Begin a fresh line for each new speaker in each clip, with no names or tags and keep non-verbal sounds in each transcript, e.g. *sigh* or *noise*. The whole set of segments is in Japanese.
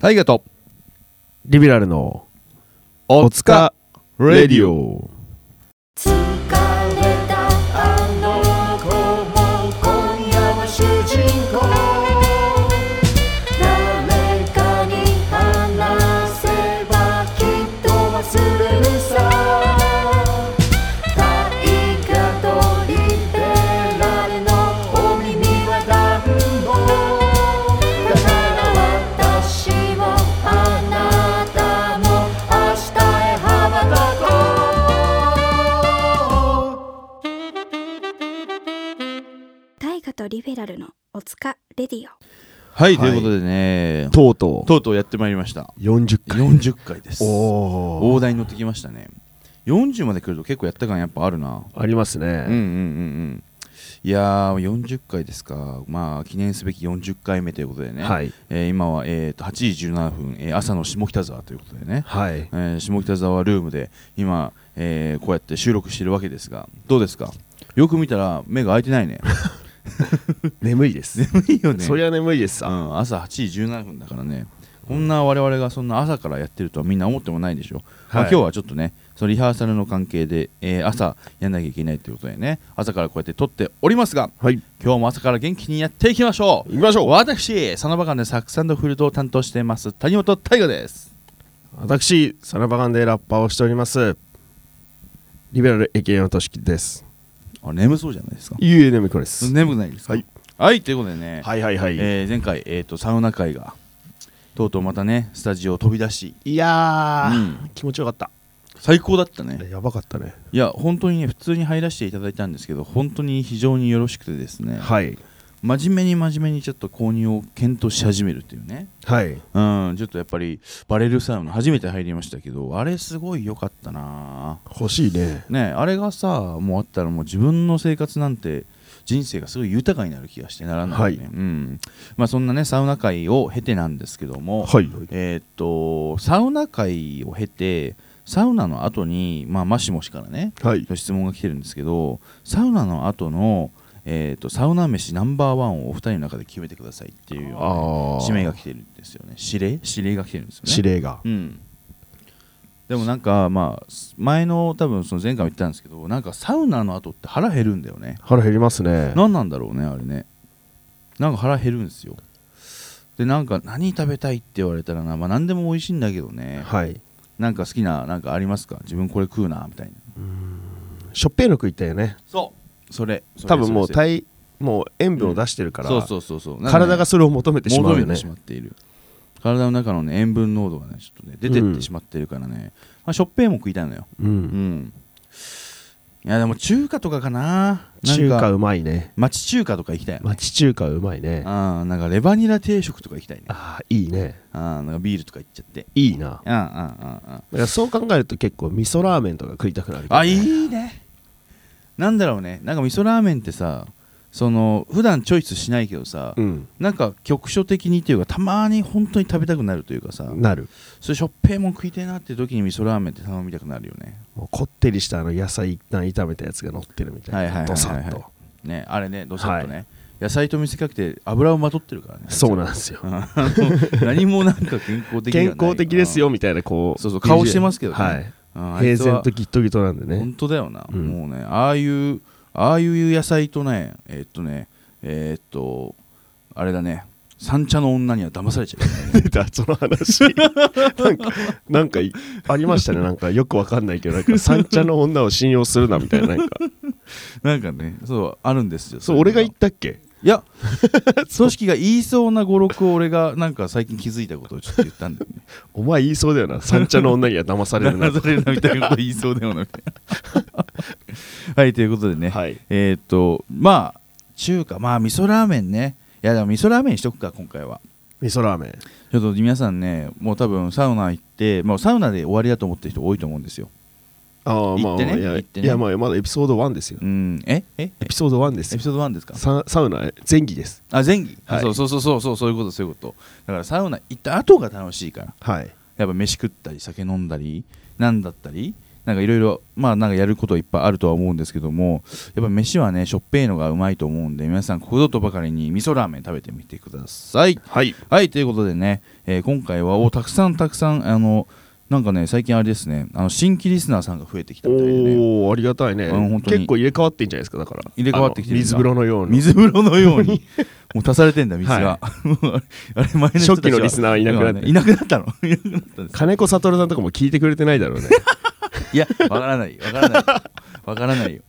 タイガと
リベラルの
お
おつかレディ
オ
オ
疲れたあの子も今夜は主人公誰かに話せばきっと忘れるさ大河とリベラルのお耳は暖房だから私もあなたも明日へ羽ばたこう
大河とリベラルのおつかレディオ
はい、
はい
ということでねと
とうと
とうとうやってまいりました
う40回
40回です
おお
大台に乗ってきましたね40まで来ると結構やった感やっぱあるな
あります
うんうんうんう
ね
んいやー40回ですかまあ記念すべき40回目ということでね、
はい
えー今は、えー、と8時17分、えー朝の下北沢ということでね、
はい
えー下北沢ルームで今、えーこうやって収録してるわけですがどうですかよく見たら目が開いてない *laughs* ね
*laughs* 眠いです
いいよね
そりゃ眠いです
う
あ
ん、朝8時17分だからねこんな我々がそんな朝からやってるとはみんな思ってもないでしょ、まあ、
は
今
い
日はちょっとねそのリハーサルの関係で、えー朝やんなきゃいけないということでね朝からこうやって撮っておりますが
はい
今日も朝から元気にやっていきましょう
行きましょう
私サナバカンでサックスフルートを担当しています谷本大河です
私サラバガンでラッパーをしておりますリベラル AKA のとしきです
あ眠そうじゃないですか
ゆえ眠こです
眠くないですか
はい、
はい、ということでね、
はいはいはい
えー前回、えー、とサウナ会がとうとうまたねスタジオを飛び出し
いや
う
ー気持ちよかった
最高だったね
やばかったね
いや本当にね普通に入らせていただいたんですけど本当に非常によろしくてですね、
はい
真面目に真面目にちょっと購入を検討し始めるっていうね
はい
うんちょっとやっぱりバレルサウナ初めて入りましたけどあれすごい良かったな
欲しいね
ねあれがさもうあったらもう自分の生活なんて人生がすごい豊かになる気がしてならない、ね
はい
うんまあ、そんなねサウナ会を経てなんですけども、
はい
えーっとサウナ会を経てサウナの後にまあマシモ氏からね
はい
質問が来てるんですけどサウナの後のえー、とサウナ飯ナンバーワンをお二人の中で決めてくださいっていう
あー
指名が来てるんですよね指令指令が来てるんですよね
指令が
うんでもなんかまあ前の多分その前回も言ったんですけどなんかサウナの後って腹減るんだよね
腹減りますね
何なんだろうねあれねなんか腹減るんですよでなんか何食べたいって言われたらな、まあ、何でも美味しいんだけどね
はい
なんか好きななんかありますか自分これ食うなみたいな
しょっぺいの食いたいよね
そうそれそれ
多分もう
それ
体もう塩分を出してるから、
そうそうそうそう
体がそれを求めてしま
戻
う
れ
よ
て
ね
しまっている体の中のね塩分濃度がねちょっとね出てってしまってるからね、まあしょっぺいも食いたいのよ
う
うん
ん、
いやでも中華とかかななんか
中華うまいね
町中華とか行きたいよね、
町中華うまいねあ
あーなんかレバニラ定食とか行きたいね
あーいいね
あーなんかビールとか行っちゃって
いいな
うんうんうんうん
だからそう考えると結構味噌ラーメンとか食いたくなるけどね
あいいねなんだろうねなんか味噌ラーメンってさその普段チョイスしないけどさ、
うん
なんか局所的にっていうかたまに本当に食べたくなるというかさ、
なる
それしょっぺいもん食いてえなっていう時に味噌ラーメンって頼みたくなるよね
もうこってりしたあの野菜一旦炒めたやつが乗ってるみたいな、
はいはいはいはい
ドサッと
ねあれねどさっとね、
は
野菜と見せかけて油をまとってるからね
そうなんですよ
うんあの何もなんか健康的ではない
健康的ですよみたいなこう
そうそう顔してますけどね
はい
うんあい
平
つは
然とギットギトなんでね
本当だよな、
うん
もうねああいうああいう野菜とねえーっとねえーっとあれだね三茶の女には騙されちゃう、 *laughs*
出たその話なんかなんかいありましたねなんかよくわかんないけどなんか三茶の女を信用するなみたいななんか
なんかねそうあるんですよ
そう俺が
い
言ったっけ
いや組織が言いそうな語録を俺がなんか最近気づいたことをちょっと言ったんだよね
お前言いそうだよな三茶の女には騙される
*laughs*
な
騙されるなみたいなこと言いそうだよなみたいなはいということでね、
はい
えーっとまあ中華まあ味噌ラーメンねいやでも味噌ラーメンにしとくか今回は
味噌ラーメン
ちょっと皆さんね、もう多分サウナ行って、もうサウナで終わりだと思ってる人多いと思うんですよ。
ああま
行
あ
ってね
まあいや
行っ
い
てね
やまあまだエピソード1ですよ
うん、ええエ
エピソード1です
ピ
よ
ソード1ですか
ササウナ前儀です
あ、前儀、
はい
そうそうそうそうそう、そういうこと、そういうこと。だからサウナ行った後が楽しいから、
はい
やっぱ飯食ったり、酒飲んだり、なんだったり、なんかいろいろまあなんかやることはいっぱいあるとは思うんですけどもやっぱ飯はねしょっぺいのがうまいと思うんで皆さんここぞとばかりに味噌ラーメン食べてみてください
はい
はいということでね、えー今回はおたくさんたくさんあのなんかね最近あれですねあの新規リスナーさんが増えてきたみたいでね
おおありがたいね、
うん本当に
結構入れ替わってんじゃないですかだから
入れ替わってきてる
あの
んだ
水風呂のように
水風呂のよ
*laughs*
うにもう足されてんだ水が、 *laughs* あれ前の人たちは
初期のリスナーいなくなって
うんいなくなったのいなくなったんです
金子悟さんとかも聞いてくれてないだろうね
いやわからないわからないわからないよ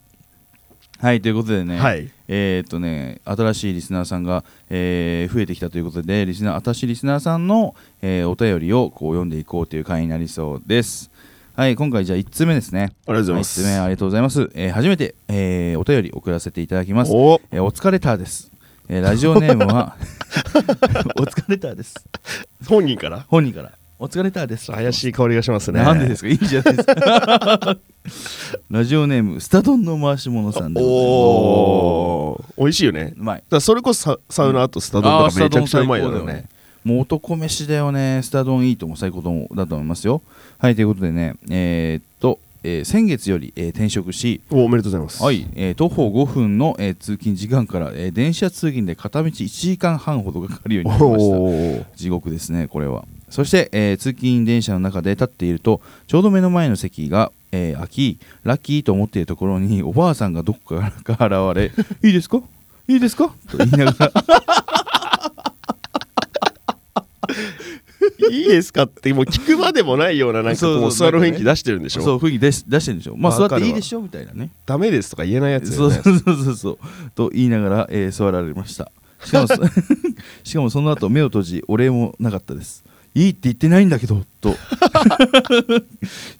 はいということでね、
はい
えーっとね、新しいリスナーさんが、えー増えてきたということでリスナー新しいリスナーさんの、えーお便りをこう読んでいこうという回になりそうです。はい、今回じゃあ1通目ですね。
ありがとうございま
1通目
す
ありがとうございます。えー初めて、えーお便り送らせていただきます。
お
えーお疲れたーです。えーラジオネーム
*laughs*
は *laughs* お疲れたーです。
本人から
本人から。お疲れたーです。
怪しい香りがしますね
なんでです
か
かいいじゃないですか。 *laughs* ラジオネームスタドンの回し者さんで
お
ございます
おー美味しいよねだ
うまい。
からそれこそササウナ後スタドンとかめちゃくちゃうまいだろうね
もう男飯だよねスタドンイートも最高だと思いますよはいということでねえーっと、えー先月より、えー転職し
おおめでとうございます
はい、えー徒歩5分の、えー通勤時間から、えー電車通勤で片道1時間半ほどがかかるよう
お
になりました
ー
地獄ですねこれはそして、えー通勤電車の中で立っているとちょうど目の前の席が、えー空きラッキーと思っているところにおばあさんがどこからか
*laughs*
現れ「いいですかいいですか?」と言いながら
いいですかってもう聞くまでもないようななんか
そうそう
こう座る雰囲気出してるんでしょ
そう雰囲気出し出してるんでしょまあ座
わ
っ
か
て
るわ
いいでしょみたいなね
ダメですとか言えないやつ
そ
よ
う
ね
そうそうそうそうと言いながら、えー座られました
*laughs*
しかもそしかもその後目を閉じお礼もなかったですいいって言ってないんだけど
*laughs*
と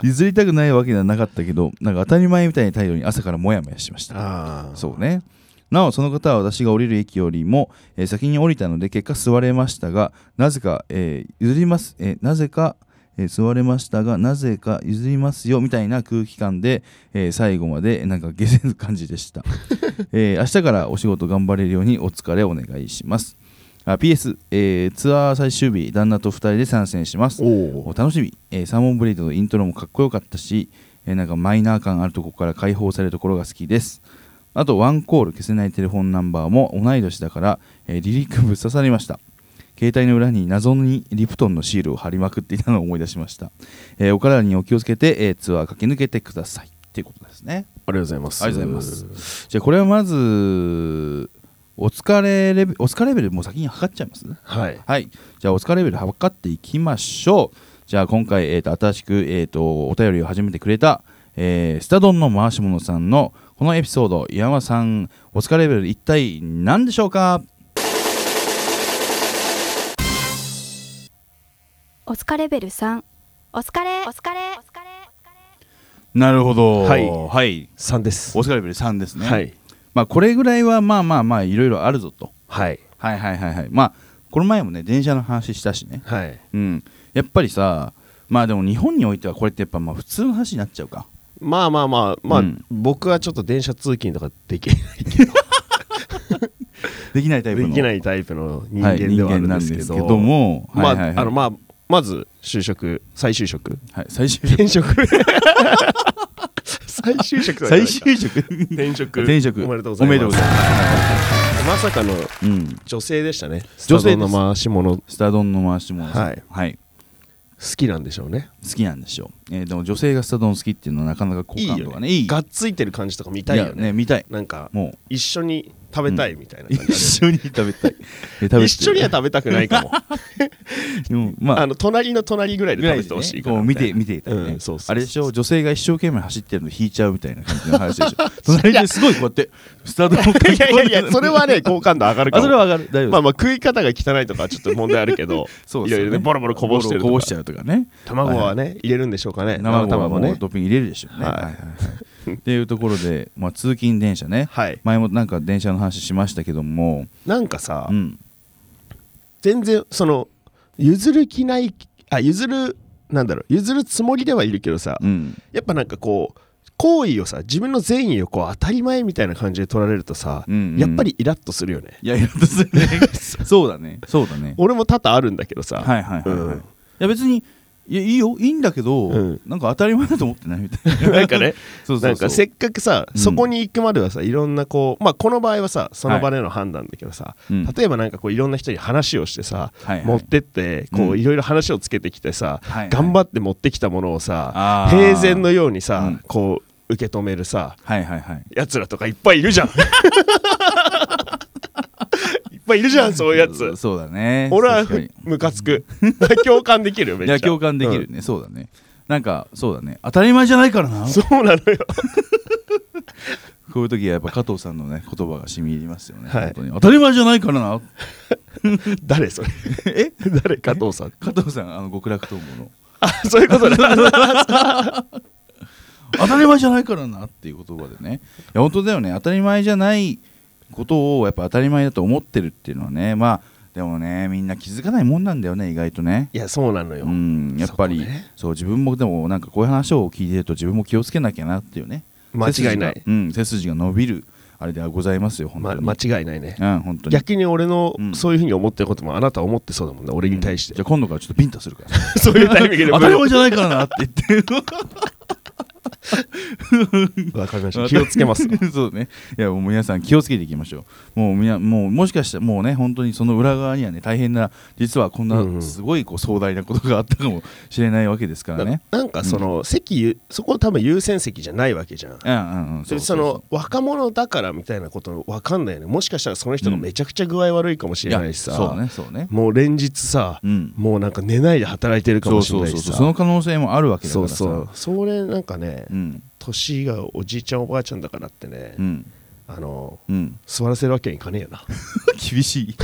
譲りたくないわけではなかったけどなんか当たり前みたいな態度に朝からモヤモヤしました
ああ
そうね。なお、その方は私が降りる駅よりも、えー先に降りたので、結果座れましたが、なぜか、えー譲ります、えーなぜか、えー座れましたが、なぜか譲りますよ、みたいな空気感で、えー最後まで、なんか下せる感じでした。 *laughs* えー明日からお仕事頑張れるようにお疲れお願いします。あ PS、えーツアー最終日、旦那と2人で参戦します。
お
お
お
楽しみ、えーサーモンブレイドのイントロもかっこよかったし、えーなんかマイナー感あるとこから解放されるところが好きですあとワンコール消せないテレフォンナンバーも同い年だから、えーリリックぶっ刺さりました携帯の裏に謎にリプトンのシールを貼りまくっていたのを思い出しました、えーお体にお気をつけて、えーツアー駆け抜けてくださいっていうことですね
ありがとうございます
ありがとうございますじゃあこれはまずお疲れレベルお疲れレベルもう先に測っちゃいますね
はい
はい、じゃあお疲れレベル測っていきましょう。じゃあ今回、えー、と新しく、えー、とお便りを始めてくれた、えースタドンの回し者さんのこのエピソード岩間さんお疲れレベル一体何でしょうか
おつかレベル3おつかれおつかれ
なるほど
はい
はい、
3です
お疲れレベル3ですね、
はい
まあ、これぐらいはまあまあまあいろいろあるぞと
はい
はいはいはいはいまあこの前もね電車の話したしね
はい
うんやっぱりさまあでも日本においてはこれってやっぱまあ普通の話になっちゃうか
まあまあまあまあ、
うん
僕はちょっと電車通勤とかできない
できないタイプの
できないタイプの人間ではあるんですけど,、
はい人間なんですけども
ま
はいはいはい
ああのまあまず就職再就職
はい、最
*laughs*
終
転職再就職
最終職
転職
転職
おめでとうございます
おめでとうござい
ますまさかの
うん
女性でしたね
女性で
スタドンの
す
回し物好
スタドンの回し者さん
はい
はい、
きなんでしょうね
好きなんでしょう、えーでも女性がスタドン好きっていうのはなかなか好
いい
感
よ
度が
ね
ねいい
がっついてる感じとか見たいよね
や見たい
なんか
もう
一緒に食べたいみたいな感じあるよね、
一緒に食べた
*laughs*
いえ食べて
一緒には食べたくないかも
でもまあ
あの隣の隣ぐらいで
ぐら
食
い
べてほしいか
でね
ら
こう見て見ていたらね、
うんそうそうそう
あれでしょ女性が一生懸命走ってるの引いちゃうみたいな感じの話でし
*laughs*
ょ隣ですごいこうやってスタドンを
いやいやいやそれはね好感度上がるか
*laughs* あそれ
も
は上がる大丈夫
まあまあ食い方が汚いとかはちょっと問題あるけど
*laughs* そう
い
です
ろ
よ
いろねボロボロこぼしてる
ボロ
と
こぼし
か
ちゃうとかね
卵はね入れるんでしょうかね
生卵ね
ね
ドッピング入れるでしょうね。
はい
はいはいはいっていうところで、まあ、通勤電車ね、
はい
前もなんか電車の話しましたけども、
なんかさ
うん、
全然その譲る気ないあ譲るなんだろう譲るつもりではいるけどさ
うん、
やっぱなんかこう行為をさ自分の善意をこう当たり前みたいな感じで取られるとさ
うんうん
やっぱりイラッとするよね
いやいやだす
*laughs*
ねそうだねそうだね
俺も多々あるんだけどさ
はいはいはい、はい
うん
いや別にいやいいよいいんだけど、
うん
なんか当たり前だと思ってないみた
*laughs*
いな
なんかね
*laughs* そうそうそう
なんかせっかくさ、
うん
そこに行くまではさいろんなこうまあこの場合はさその場での判断だけどさ、
うん
例えばなんかこういろんな人に話をしてさ、
はいはい
持ってってこ
う
うんいろいろ話をつけてきてさ、
はいはい
頑張って持ってきたものをさ
あー
平然のようにさ、
うん
こう受け止めるさ
はいはいはい
やつらとかいっぱいい
*laughs*
るじゃんいっぱいいるじゃんそういうやつ
そそうだね
俺は
確かにい
ムカつく *laughs* 共感できるよめっちゃ
や共感できるね、そうだねなんかそうだね当たり前じゃないからな
うんそうなのよ
こういう時はやっぱ加藤さんのね言葉が染み入りますよね、
はい
本当に当たり前じゃないからな
誰それ
*laughs* え
誰加藤さん
加藤さんあの極楽とんぼの
あそういうことだ
*laughs* 当たり前じゃないからなっていう言葉でねいや本当だよね当たり前じゃないことをやっぱ当たり前だと思ってるっていうのはねまあでもねみんな気づかないもんなんだよね意外とね
いやそうなのよ、
うんやっぱり
そ
そう,、
こね
自分もでもなんかこういう話を聞いてると自分も気をつけなきゃなっていうね
間違いない
背筋がうん、背筋が伸びるあれではございますよ本当
ま、
に、
間違いないね
うん本当に
逆に俺の
うん
そういうふうに思ってることもあなたは思ってそうだもんね、俺に対して
じゃあ今度からちょっとビンタするから
*laughs* そういうタイミングで
*laughs* 当たり前じゃないからなって言って
わかりました気をつけます
*laughs* そうねいやもう皆さん気をつけていきましょうもうみなもうもしかしたらもうね本当にその裏側にはね大変な実はこん
うんう
なんすごいこう壮大なことがあったかもしれないわけですからね
ななんかその、席ゆそこ多分優先席じゃないわけじゃん
うんうんうん
それ
う
そうの若者だからみたいなことわかんないよねもしかしたらその人がめちゃくちゃ具合悪いかもしれないしさ、
やそうだねそうね
もう連日さ、
うん
もうなんか寝ないで働いてるか
そ
も
う
しれ
そ
な
う
い
そう
し
そ
さ
うその可能性もあるわけだか
そう
らさ
そうそれなんかね、
うん
年がおじいちゃんおばあちゃんだからってね、
うん
あの *laughs*
うん
座らせるわけにいかねえよな
厳しい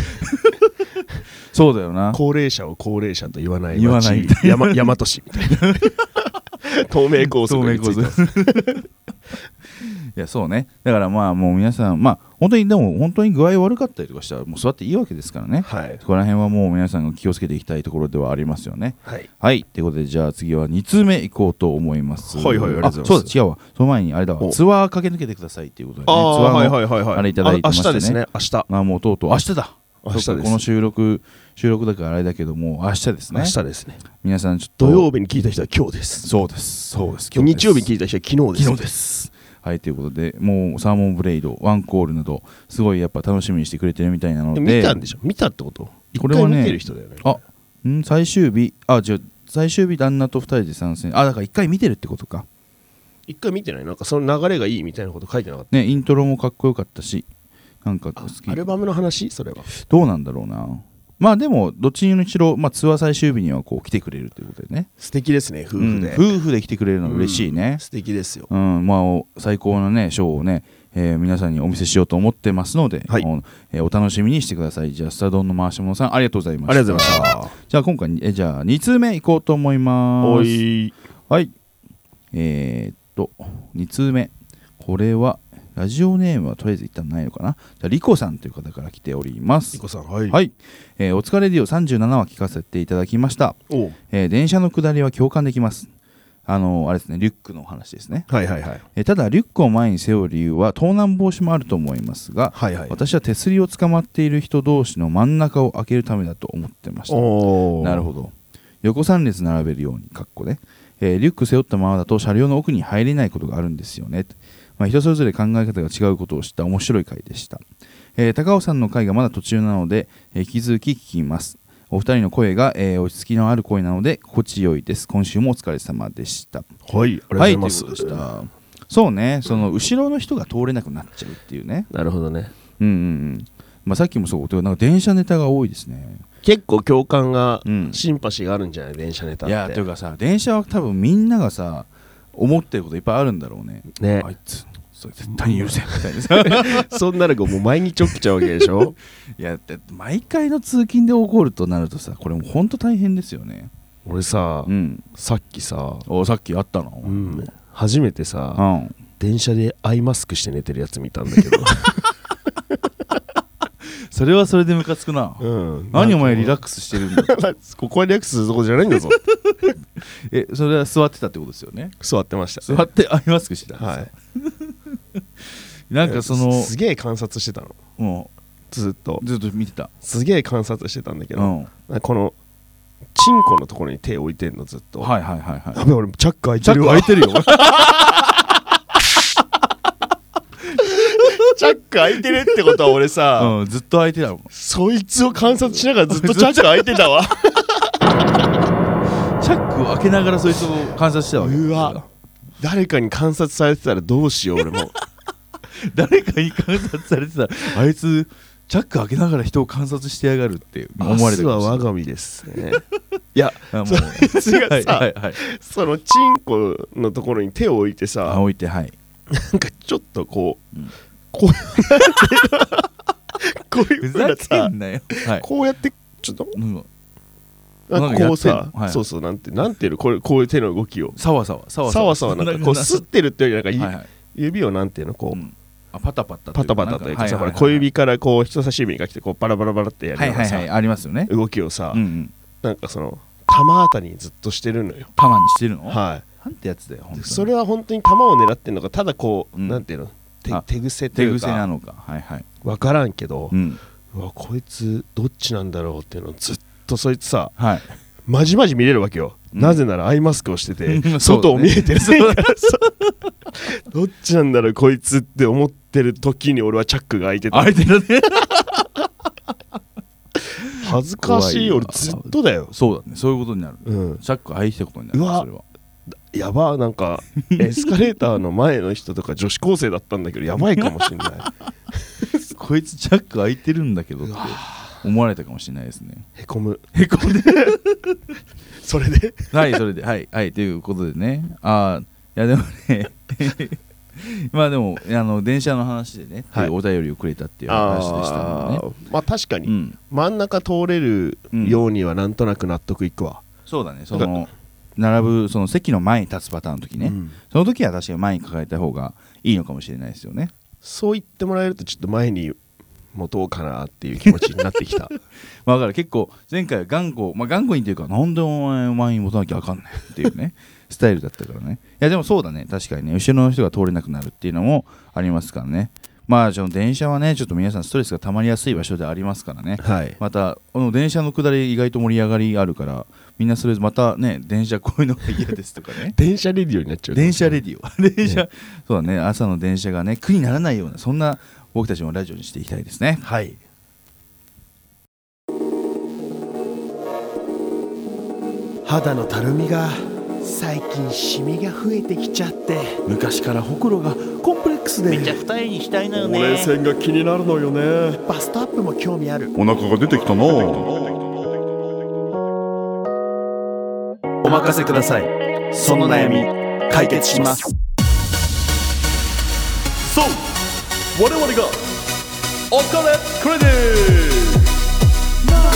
*laughs* そうだよな
高齢者を高齢者と言わない
言わないみた
大和大和市みたい
*laughs*
な東名高速について
透明構造いやそうねだからまあもう皆さんまあ本当にでも本当に具合悪かったりとかしたらもう座っていいわけですからね
はい
そこら辺はもう皆さんが気をつけていきたいところではありますよね
はい
はいということでじゃあ次は2通目いこうと思います
はいはいありがとうございます
あそうだ違うわその前にあれだわ
お
ツアー駆け抜けてくださいっていうことで、ね、ツ
ああ
アーの、
はいはいはいはい
あれいただいてました
あ明
ね
日ですね明日
まあもうとうとう明日だ
明日です
そっかこの収録収録だからあれだけども明日ですね
明日ですね
皆さんちょっと
土曜日に聞いた人は今日です
そうですそうです今日です
日曜日に聞いた人は昨日です
昨日です。はい、ということで、もうサーモンブレイド、ワンコールなど、すごいやっぱ楽しみにしてくれてるみたいなの
で
で、
見たんでしょ見たってこと
これは
一回
ね
見てる人だよね
あん最終日、あ、じゃあ最終日、旦那と2人で参戦、あ、だから1回見てるってことか。
一回見てないなんかその流れがいいみたいなこと書いてなかっ
ね、イントロもかっこよかったし、なんか
た
好き
アルバムの話それは
どうなんだろうな。まあでも、どっちにしろ、まあ、ツアー最終日にはこう来てくれるということでね。
素敵ですね夫
うん
婦で、
夫婦で来てくれるのは嬉しいね。
素敵ですよ
うんまあ、お最高の、ね、ショーを、ねえー皆さんにお見せしようと思ってますので、
はい
おえーお楽しみにしてください。じゃあ、スタドンの回し者さん、ありがとうございました。
ありがとうございました
じゃあ、今回に、えーじゃあ2通目いこうと思います。
おい
はい。えー、っと、2通目。これは、ラジオネームはとりあえず一旦ないのかな。じゃあ、リコさんという方から来ております
リ。コさんはい、
はい、えーお疲れディオ37は聞かせていただきました。
おう
えー電車の下りは共感できます。あのーあれですね、リュックのお話ですね。
はいはいはい
えーただリュックを前に背負う理由は盗難防止もあると思いますが、
はいはい
私は手すりを捕まっている人同士の真ん中を開けるためだと思ってました
おお
なるほど横3列並べるようにかっこね、えーリュック背負ったままだと車両の奥に入れないことがあるんですよね、まあ、人それぞれ考え方が違うことを知った面白い回でした、えー高尾さんの回がまだ途中なので、えー引き続き聞きますお二人の声が、えー落ち着きのある声なので心地よいです今週もお疲れ様でした
はいありがと
はいう
ございます、
ということでしたそうねその後ろの人が通れなくなっちゃうっていうね
なるほどね
うんうんうんまあ、さっきもそうてかなんか電車ネタが多いですね
結構共感が、
うん
シンパシーがあるんじゃない電車ネタって
いやというかさ電車は多分みんながさ思ってることいっぱいあるんだろうね
ね
あいつそれ絶対に許せんみたいなさ *laughs*
そんなのがもう毎日起きちゃうわけでしょ
いやだって毎回の通勤で起こるとなるとさこれもうほんと大変ですよね
俺さ、
うん
さっきさ、
おさっきあったの
う
うん
ん、初めてさ、
あ
電車でアイマスクして寝てるやつ見たんだ
*laughs*
けど、
それはそれでムカつくな、
うん、
何お前リラッ
ク
クスしてるん *laughs* だ
ス *laughs* ここはリラックスするとこじゃないんだぞ
えそれは座ってたってことですよね
座ってま
*laughs*
した、
座ってアイマスクしてたんですよ
はい
なんかその
すすげえ観察してたの
も
ずっと
うずっと見てた
すげえ観察してたんだけ
う
ど、
ん
このチンコのところに手置いてんのずっと、
はいはいはいは
やべ俺チャック開い
いチ
て
ャッ
る
ク
わ
開いてるよ
*laughs* チャック開いてるってことは俺さ、
うんずっと開いてたもん
そいつを観察しながらずっとチャック開いてたわ
チャックを開けながらそいつを観察してたわけ
うわ誰かに観察されてたらどうしよう俺も
誰かに観察されてたらあいつチャック開けながら人を観察してやがるって *laughs* 思われて
明日は
るも
我
し
が身です
*laughs*
ねいや
れないあもう
そいつがさ、
はいはいはい
そのチンコのところに手を置いてさ
あ置いてはい
なんかちょっとこう、
うん
こういうこう *laughs* いう
ふ
ふう
ざ
な
け
さ
んなよはい
こうやってちょっと
うん
なん
なん
か
かや
こ
っ
う
てん
さ、
のはい
そうそうなんてなんていうのこれこういう手の動きを
さわさわさわ
さわさわなんかこうすってるっていうよりなんか、
はいはい
指をなんていうのこう、
うんあパタパタとい
パ
うか
タパタという
な
か
ん
さ、
は
ほ
は
ら
は
小指からこう人差し指が来てこうバラバラバラってやる
はい
よう
は
ないさ、
はいありますよね
動きをさ、
うんうん
なんかその玉あたりにずっとしてるのよ。
玉にしてるの
は
なんてやつだよ本当
い。
に
それは本当に玉を狙ってんのか、ただこう、
うん
なんていうの、手
あ
手癖とい
手
う
癖な
か、
のかはいはい
わからんけど
う、ん
うわこいつどっちなんだろうっていうのをずっとそいつさ、
はい
まじまじ見れるわけよ。
うん
なぜならアイマスクをしてて、
うん
外を
*laughs* そうだ
見
ね
えてるからさどっちなんだろうこいつって思ってる時に俺はチャックが開いてた
開いてるね
恥ずかしい
怖
俺
いわ
ずっとだよ
そうだねそういうことになる
うん
チャック開いてたことになる
うわ
それは
やばなんかエスカレーターの前の人とか女子高生だったんだけどやばいかもしんない
こいつチャック開いてるんだけどって思われたかもしれないですね
へこむ
へこんで
それで
はいそれではいはいということでねああいやでもね *laughs* まあでもあの電車の話でね、っていうお便りをくれたっていう話でしたのでね
あーまあ確かに、
うん
真ん中通れるようにはなんとなく納得いくわ、
そうだねその並ぶその席の前に立つパターンの時ね、
うん
その時は確かに前に抱えた方がいいのかもしれないですよね
そう言ってもらえるとちょっと前に持とうかなっていう気持ちになってき *laughs* た
まあだから結構前回は頑固まあ頑固にというかなんでお前前に持たなきゃあかんねんってい
*laughs*
うねスタイルだったからねいやでもそうだね確かにね後ろの人が通れなくなるっていうのもありますからねまあその電車はねちょっと皆さんストレスがたまりやすい場所でありますからね
はい
またこの電車の下り意外と盛り上がりあるからみんなそれまたね電車こういうのが嫌ですとか
*laughs*
ね
電車レディオになっちゃう
電車レディ
*laughs*
オ電車、そうだね朝の電車がね苦にならないようなそんな僕たちもラジオにしていきたいですね
はい
肌のたるみが最近シミが増えてきちゃって昔からほくろがコンプレックスで
二重にしたいのよ
俺線が気になるのよね
バストアップも興味ある
お腹が出てきたな
お任せくださいその悩み解決します
そう我々がお金クレディ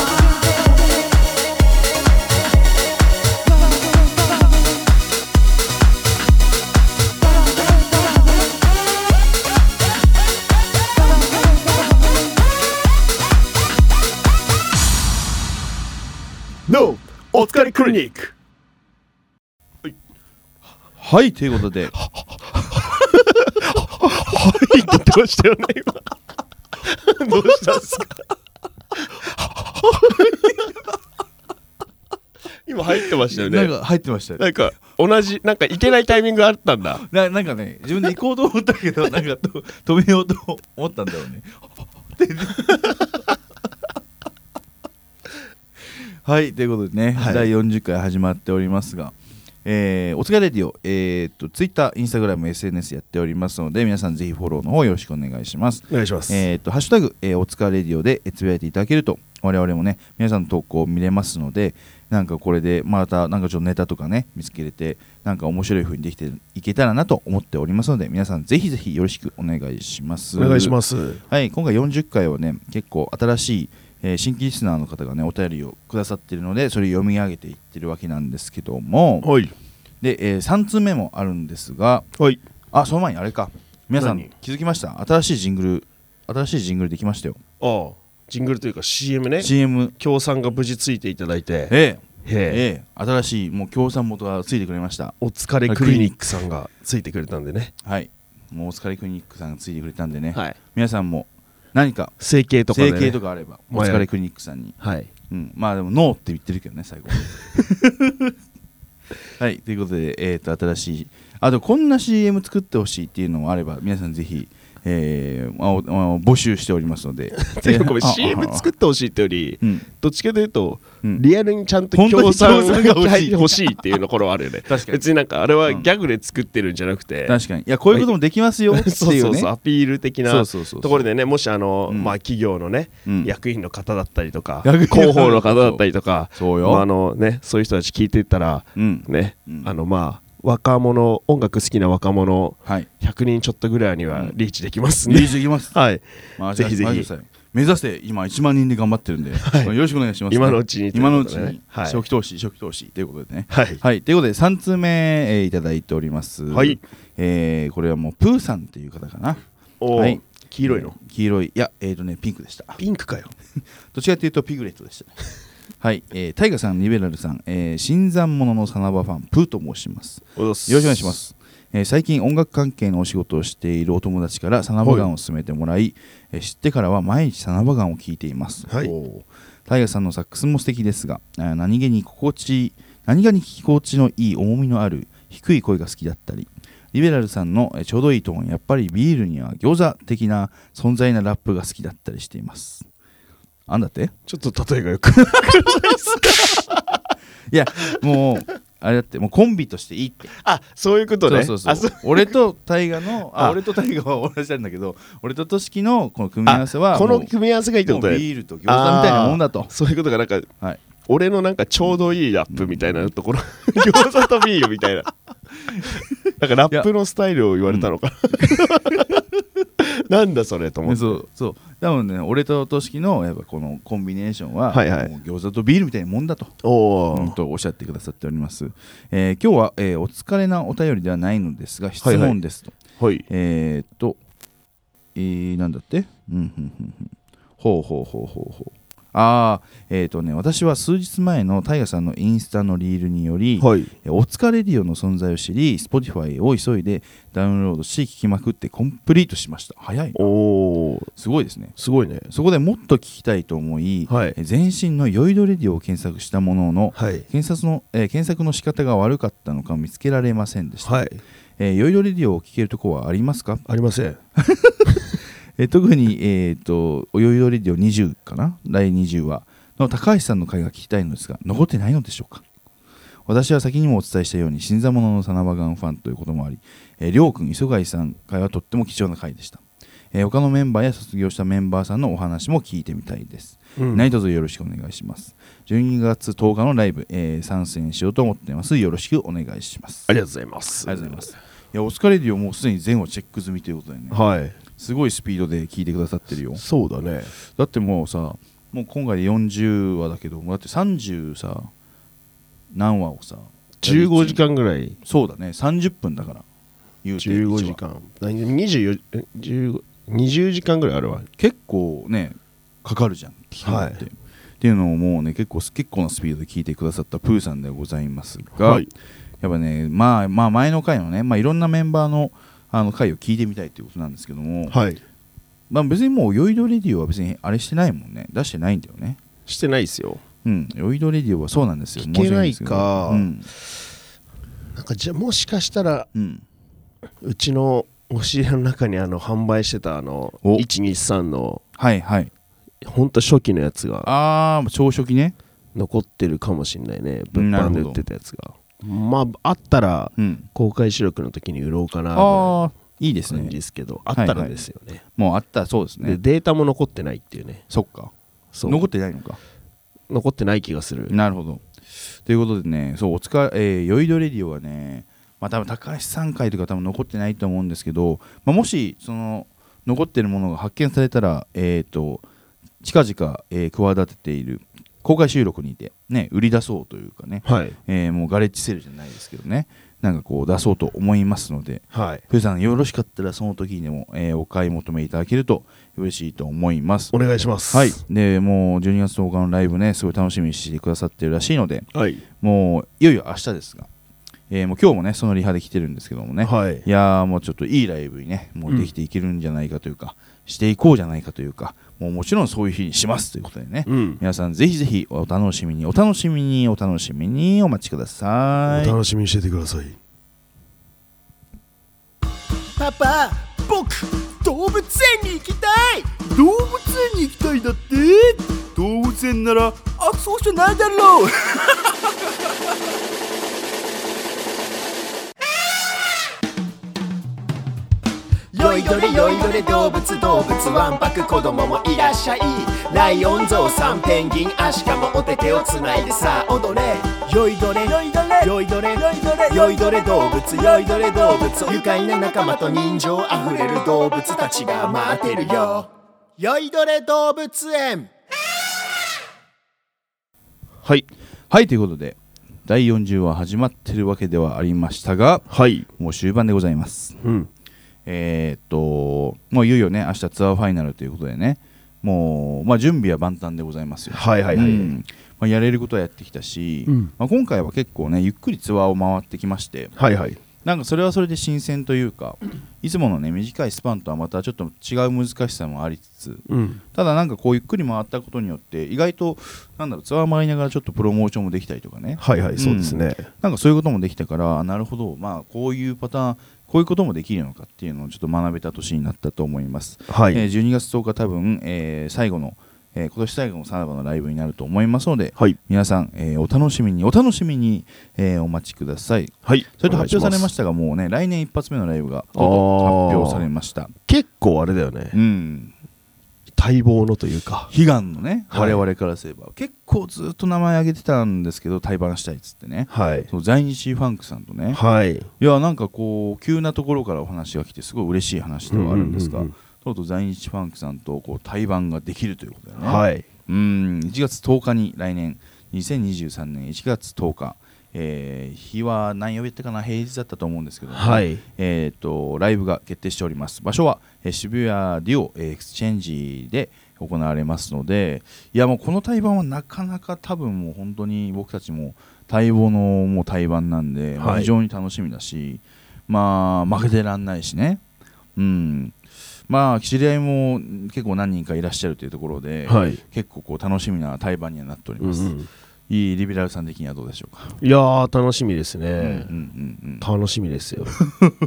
ノーお疲れクリニック
はいというこ
*laughs*
とで
はい言 *laughs* ってましたよね今どうしたんですか *laughs* 今入ってましたよね
なんか入ってましたよね
なんか同じなんかいけないタイミングがあったんだ
ななんかね自分で行こうと思っ
*laughs*
たけどなんかと止めようと思ったんだろうね。 *laughs* ではいということでね、
はい
第40回始まっておりますが、えーお疲れレディオ、えー、と Twitter、Instagram、SNS やっておりますので皆さんぜひフォローの方よろしくお願いします。
お願いします
えー、とハッシュタグ、えーおつかレディオでえつぶやいていただけると我々もね皆さんの投稿を見れますのでなんかこれでまたなんかちょっとネタとかね見つけれてなんか面白い風にできていけたらなと思っておりますので皆さんぜひぜひよろしくお願いします
お願いしますす
はい今回40回はね結構新しい、えー新規リスナーの方がねお便りをくださっているのでそれを読み上げていってるわけなんですけども
はい
で、え3通目もあるんですが
はい
あその前にあれか皆さん
何
気づきました新しいジングル新しいジングルできましたよ
ああジングルというか CM ね
CM
協賛が無事ついていただいて
ええ
へえ
ええ新しいもう協賛元がついてくれました
お疲れクリニックさんがついてくれたんでね
はいもうお疲れクリニックさんがついてくれたんでね、
はい
皆さんも何か
整形とか
整
で、ね、
形とかあればお
はい
疲れクリニックさんに
はい
うん、まあでもノーって言ってるけどね
*laughs*
最後はいということで、えー、と新しいあとこんな CM 作ってほしいっていうのもあれば皆さんぜひ、えーあおあ募集しておりますの *laughs* で
*laughs* でごめん CM 作
っ
ってほしいってより
うん
どっちかというと
うん
リアルにちゃんと
本当に
協賛
協賛
が
が欲しい
欲しいっていうところはあるよね
確かに
別になんかあれは
うん
ギャグで作ってるんじゃなくて
確かにいやこういうこともできますよっていうね
*laughs* そうそうそうアピール的な
そうそうそう
ところでねもしあの
うん
まあ企業のね
うん
役員の方だったりとか
役員の方
広報の方だったりとか
そうよ
まああのねそういう人たち聞いてたら
うん
ね
うん
あのまあ若者音楽好きな若者
はい
100人ちょっとぐらいにはリーチできます
リー
ね
チいきます、
*laughs* はい
まあ
ぜひぜひ
マジで最後目指して今1万人で頑張ってる
*laughs*
んで、よろしくお願いします、
今のうちにという
今の
こ
う
と
ち
でね
に、
はい
初期投資初期投資ということでね
はい
はい、ということで3通目、えーいただいております、
はい
えーこれはもうプーさんっていう方かな
おー
はい
黄色いの
黄色いいやえっ、とねピンクでしたど
ピンクかよ
っちかというとピグレットで
*laughs*
したねはい、えー、タイガさんリベラルさん、えー、新参者のサナバファンプーと申します
よろ
よろしくお願いします、えー最近音楽関係のお仕事をしているお友達からサナバガンを勧めてもらい、えー知ってからは毎日サナバガンを聴いています、
はい
おータイガさんのサックスも素敵ですがあー何気に心地何気に聞き心地のいい重みのある低い声が好きだったりリベラルさんのえーちょうどいいトーンやっぱりビールには餃子的な存在なラップが好きだったりしていますあんだって
ちょっと例えがよく
*laughs* いやもうあれだってもうコンビとしていいって
あそういうことね
そうそう
あ
そう
う
俺と大
*laughs*
河のあ
あ
俺と大河は同じなんだけど俺ととしきのこの組み合わせは
あこ
も
の
う
組み合わせがいいってこと
もう
ね
ビールと餃子みたいなもんだと
あーそういうことがなんか
はい
俺のなんかちょうどいいラップみたいなところ *laughs* 餃子とビールみたい *laughs* ななんかラップのスタイルを言われたのか *laughs* ななんだそれと思
ね
って
そうそう多分ね俺ととしきのやっぱこのコンビネーションは、
はいはい
もう餃子とビールみたいなもんだと
お
うん
お
とおっしゃってくださっております、えー今日は、えーお疲れなお便りではないのですが質
はい
問ですと、
はい
えーっと、えーなんだってうんうんうんうんほうほうほうほうほうああえーっとね私は数日前のタイガさんのインスタのリールにより、
はい
えーおつかレディオの存在を知り Spotify を急いでダウンロードし聞きまくってコンプリートしました早いな
おお
すごいですね
すごいね
そこでもっと聞きたいと思い、
はい
えー全身の酔いどレディオを検索したものの、
はい
検索の、えー検索の仕方が悪かったのか見つけられませんでした、
はい
えー、酔いどレディオを聞けるとこはありますか
ありません
えー特に、えー、と「およいどレディオ20」かな第20話の高橋さんの回が聞きたいのですが残ってないのでしょうか私は先にもお伝えしたように新参者のサナバガンファンということもあり、えー、りょうくん磯貝さん回はとっても貴重な回でした、えー他のメンバーや卒業したメンバーさんのお話も聞いてみたいです、
うん
何卒よろしくお願いします12月10日のライブ、えー参戦しようと思っていますよろしくお願いします
あ
あり
りがとうございます
がとうございますいやお疲れディオもうすでに全話チェック済みということでね
はい
すごいスピードで聞いてくださってるよ
そうだね
だってもうさもう今回で40話だけどもうだって30さ何話をさ
15時間ぐらい
そうだね30分だから言うて
15
一話
時間24え15 20時間ぐらいあるわ
結構ねかかるじゃん聞くのって、っていうのをもうね結構結構なスピードで聞いてくださったプーさんでございますが、
はい
やっぱねまあまあ前の回のね、まあ、いろんなメンバーのあの回を聞いてみたいということなんですけども、
はい
まあ、別にもう「酔いどレディオ」は別にあれしてないもんね出してないんだよね
してないですよ
うん「酔いどレディオ」はそうなんですよ
聞けないか
申し訳ないんです
なんかじゃもしかしたら
けどうん、うん
うちの押し入れの中にあの販売してたあの
お
123の
はいはい
ほんと初期のやつが
ああ朝食ね
残ってるかもしんないね物
なる
販
ほ
で
ど
売ってたやつがまああったら
うん
公開収録の時に売ろうかな
ああいいで
み
す
たいな
ね
感じですけどあ
は
っ
いはい
たらですよね
もうあったらそうです
で
ね
データも残ってないっていうね
そっか
そう
残ってないのか
残ってない気がする
なるほど。ということでね、そう、おつか、えー、酔いどレディオはね、まあ多分高橋さん回とか多分残ってないと思うんですけど、まあ、もし、その、残ってるものが発見されたら、えっ、と、近々、えー企てている公開収録にて、ね、売り出そうというかね、
はい
えーもうガレッジセールじゃないですけどね、なんかこう出そうと思いますので、
はい
ふうさん、よろしかったらその時にでも、えーお買い求めいただけると嬉しいと思います
お。願いします
はい、でもう12月10日のライブね、すごい楽しみにしてくださってるらしいので、
はい
もういよいよ明日ですが、えーもう今日もねそのリハで来てるんですけどもね、
はい
いやーもうちょっといいライブにねもうできていけるんじゃないかというか、していこうじゃないかというかもうもちろんそういう日にしますということでね、
うん
皆さんぜひぜひお楽しみにお楽しみにお楽しみにお待ちください
楽しみにしててください
パパ僕動物園に行きたい動物園に行きたいだって動物園ならあそうじゃないだろうよいどれよいどれ動物動物わんぱく子供もいらっしゃいライオンゾウさんペンギンアシカもお手手をつないでさあ踊れよいどれよいどれよいどれよいどれよいどれ動物よいどれ動物愉快な仲間と人情あふれる動物たちが待ってるよよいどれ動物園
はい
はいということで第40話始まってるわけではありましたが
はい
もう終盤でございます
うん
えーっともういよいよね明日ツアーファイナルということでねもう、まあ、準備は万端でございますよ
はいはいはい
うんまあ、やれることはやってきたし、
うん
まあ、今回は結構ねゆっくりツアーを回ってきまして
はいはい
なんかそれはそれで新鮮というかいつものね短いスパンとはまたちょっと違う難しさもありつつ
うん
ただなんかこうゆっくり回ったことによって意外となんだろうツアー回りながらちょっとプロモーションもできたりとかね
はいはいそうですね
なんかそういうこともできたからあなるほどまあこういうパターンこういうこともできるのかっていうのをちょっと学べた年になったと思います、
はい
えー12月10日多分、えー最後の、えー今年最後のさらばのライブになると思いますので、
はい
皆さん、えーお楽しみにお楽しみに、えーお待ちください
はい
それと発表されましたたがもうね来年一発目のライブがとう
あ
と
ー
う発表されました
結構あれだよね
うん
待望のというか
悲願のね
は
我
い
々からすれば、結構ずっと名前挙げてたんですけど対バンしたいっつってね
はい
そう在日ファンクさんとね、
はい
いやなんかこう急なところからお話が来てすごい嬉しい話ではあるんですが、
うんうんうん
とうとう在日ファンクさんとこう対バンができるということだよね、
はい
うん1月10日に来年2023年1月10日、えー日は何曜日だったかな平日だったと思うんですけども、
はい
えー、とライブが決定しております場所は、えー渋谷デュオ、えーエクスチェンジで行われますのでいやもうこの対バンはなかなか多分もう本当に僕たちも待望のもう対バンなんで、まあ
はい
非常に楽しみだしまあ負けてらんないしねうんまあ知り合いも結構何人かいらっしゃるというところで、
はい
結構こう楽しみな対バンにはなっており
うん
ま
う
す、
ん
いいリベラルさん的にはどうでしょうか、
いやー楽しみですね
うんうんうん
楽しみですよ
だか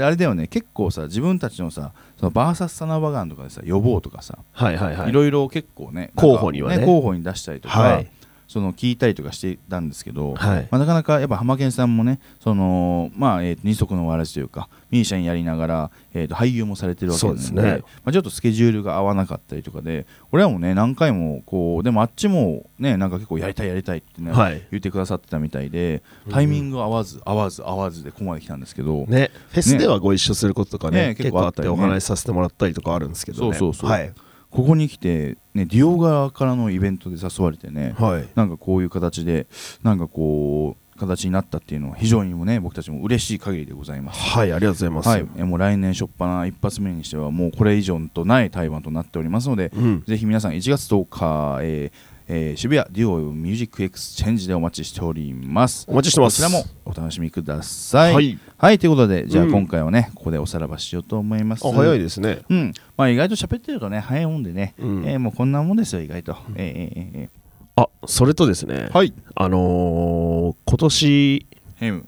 らあれだよね結構さ自分たちのさそのバーサスサナバガンとかでさ予防とかさ、、
はいはいはいい
ろいろ結構ねなんか
候補にはね
候補に出したりとか、
はい
その聞いたりとかしてたんですけど、
はい
まあ、なかなかやっぱ浜健さんもねその、まあえー二足のわらじというかミュージシャンやりながら、えーと俳優もされてるわけなので
そうですね
まあ、ちょっとスケジュールが合わなかったりとかで俺らもね何回もこうでもあっちもねなんか結構やりたいやりたいって、ね
はい
言ってくださってたみたいでタイミング合わず合わず合わずでここまで来たんですけど、
ねフェスではご一緒することとか
ね
ね結構あって
結構あ
お
ったよね
話しさせてもらったりとかあるんですけどね
そうそうそう
はい
ここに来て、ね、ディオ側からのイベントで誘われてね、
はい
なんかこういう形で、なんかこう、形になったっていうのは、非常にもね、僕たちも嬉しい限りでございます。
はいありがとうございます
はい、えもう来年初っ端一発目にしてはもうこれ以上とない対バンとなっておりますので、
うん
ぜひ皆さん1月10日、えーえー渋谷デュオミュージックエクスチェンジでお待ちしております
お待ちしてます
こちらもお楽しみください
はい、
ということでじゃあ
うん
今回はね、ここでおさらばしようと思います
あ早いですね
うんまあ、意外と喋ってるとね早いもんでね、
うん
えーもうこんなもんですよ意外と、えーえーえーえ
あそれとですね
ー、はい
あのー今年
ヘム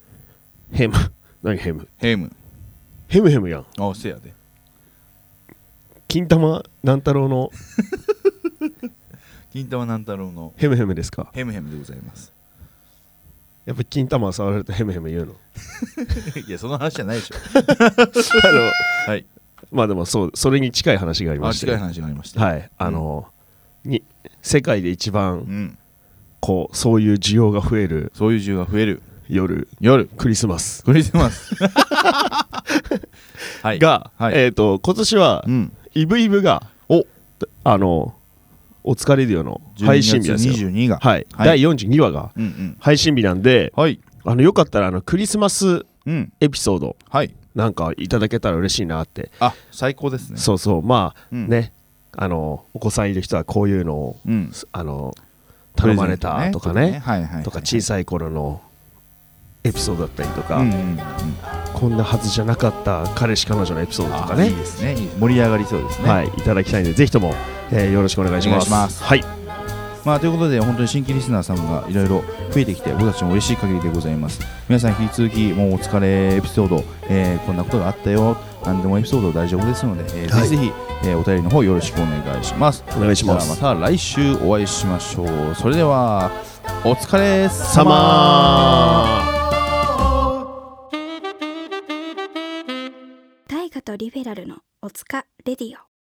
ヘム何ヘム
ヘム
ヘムヘムやん
あせやで
金玉乱太郎の
金玉南太郎の
ヘムヘムですか
ヘムヘムでございます *laughs*
やっぱ金玉触られるとヘムヘム言うの
いやその話じゃないでし
*laughs*
ょ
あの
はい
まあでもそうそれに近い話がありま
あ
して
近い話がありました
はいあのーに世界で一
う
番
ん
こうそういう需要が増える
そういう需要が増える
夜
夜
クリスマス
クリスマス
*laughs*
はい
が、
はい
えっ、と今年は
うん
イブイブがおあのお疲れるよの配信日なんですよ。
22が
はい、
は
第
い
42話が
うんうん
配信日なんで、
はい
あのよかったらあのクリスマス
うん
エピソード
はい
なんかいただけたら嬉しいなって、
あ最高ですね
そうそうまあ、
うん
ねあのお子さんいる人はこういうのを、
うん
あの頼まれたとかね
はいはいはい
とか小さい頃のエピソードだったりとか、
うんうんうん
こんなはずじゃなかった彼氏彼女のエピソードとかね
いいですねいい盛り上がりそうですね、
はい、いただきたいのでぜひとも、えーよろしくお願いします
お願いします
はい、
まあ、ということで本当に新規リスナーさんがいろいろ増えてきて僕たちも嬉しい限りでございます皆さん引き続きもうお疲れエピソード、えーこんなことがあったよ何でもエピソード大丈夫ですので、えー
はい
ぜひぜひ、えーお便りの方よろしくお願いします
お願いします
ではまた来週お会いしましょうそれではお疲れ
サ
様
マー
大河とリベラルのおつかレディオ